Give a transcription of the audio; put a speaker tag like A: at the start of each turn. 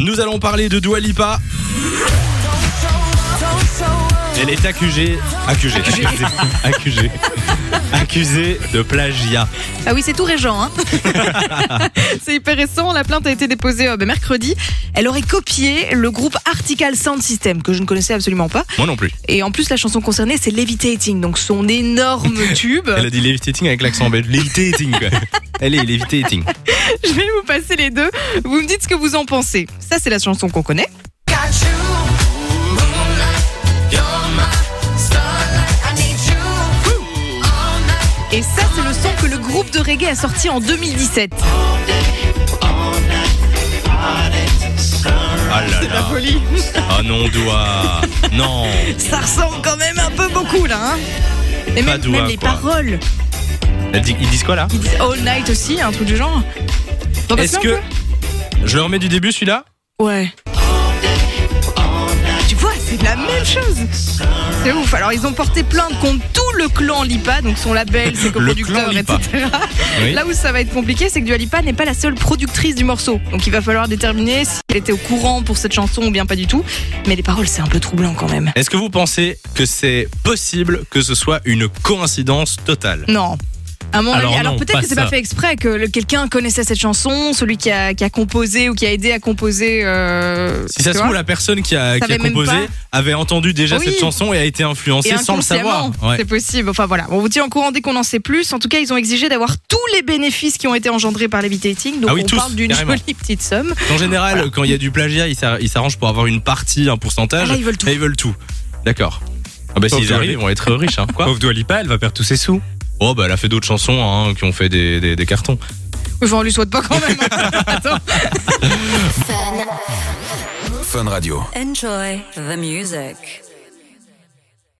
A: Nous allons parler de Dua Lipa. Elle est accusée, accusée, accusée, accusée, accusée de plagiat.
B: Ah oui, c'est tout régent. Hein c'est hyper récent. La plainte a été déposée euh, ben, mercredi. Elle aurait copié le groupe Article Sound System, que je ne connaissais absolument pas.
A: Moi non plus.
B: Et en plus, la chanson concernée, c'est Levitating, donc son énorme tube.
A: Elle a dit levitating avec l'accent belge. Levitating, quoi. Elle est levitating.
B: Je vais vous passer les deux. Vous me dites ce que vous en pensez. Ça, c'est la chanson qu'on connaît. Et ça, c'est le son que le groupe de reggae a sorti en 2017.
A: Ah là là.
B: Poli,
A: Ah non, doigt. Non.
B: ça ressemble quand même un peu beaucoup là. Hein Et
A: Pas
B: même,
A: doigt,
B: même les
A: quoi.
B: paroles.
A: Elle dit- Ils disent quoi là
B: Ils disent All Night aussi, un truc du genre. T'en passes
A: Est-ce
B: un
A: que. Je le remets du début celui-là
B: peu Ouais. Tu vois, c'est de la même chose. C'est ouf. Alors, ils ont porté plainte contre tout le clan Lipa, donc son label, ses
A: Le clan
B: coproducteurs,
A: Lipa.
B: etc.
A: Oui.
B: Là où ça va être compliqué, c'est que Dua Lipa n'est pas la seule productrice du morceau. Donc, il va falloir déterminer si elle était au courant pour cette chanson ou bien pas du tout. Mais les paroles, c'est un peu troublant quand même.
A: Est-ce que vous pensez que c'est possible que ce soit une coïncidence totale
B: Non. À mon
A: Alors non,
B: avis. Alors peut-être
A: pas
B: que c'est pas
A: ça.
B: fait exprès, que le- quelqu'un connaissait cette chanson, celui qui a, qui a composé ou qui a aidé à composer. euh,
A: Si ça
B: tu
A: se
B: vois.
A: trouve, la personne qui a, qui
B: Savait
A: a
B: même
A: composé avait entendu déjà
B: Oui.
A: cette chanson et a été influencée
B: Et
A: sans le savoir.
B: inconsciemment,
A: Ouais.
B: C'est possible. Enfin voilà, on vous tient au courant dès qu'on en sait plus. En tout cas, ils ont exigé d'avoir tous les bénéfices qui ont été engendrés par l'habitating. Donc
A: Ah oui,
B: on
A: tous,
B: parle d'une
A: carrément.
B: jolie petite somme.
A: En général, quand il y a du plagiat, ils s'ar- ils s'arrangent pour avoir une partie, un pourcentage.
B: Ah là, ils veulent tout.
A: Et ils veulent tout. D'accord. Ah bah
C: Sauf
A: s'ils
C: Dua
A: arrivent, ils
C: Lipa.
A: vont être riches. Hein. Quoi
C: Pauvre Dua Lipa, elle va perdre tous ses sous.
A: Oh bah elle a fait d'autres chansons hein, qui ont fait des, des- des cartons.
B: Enfin, on lui souhaite pas quand même. hein. Attends.
D: Fun.
E: Fun Radio.
D: Enjoy the music.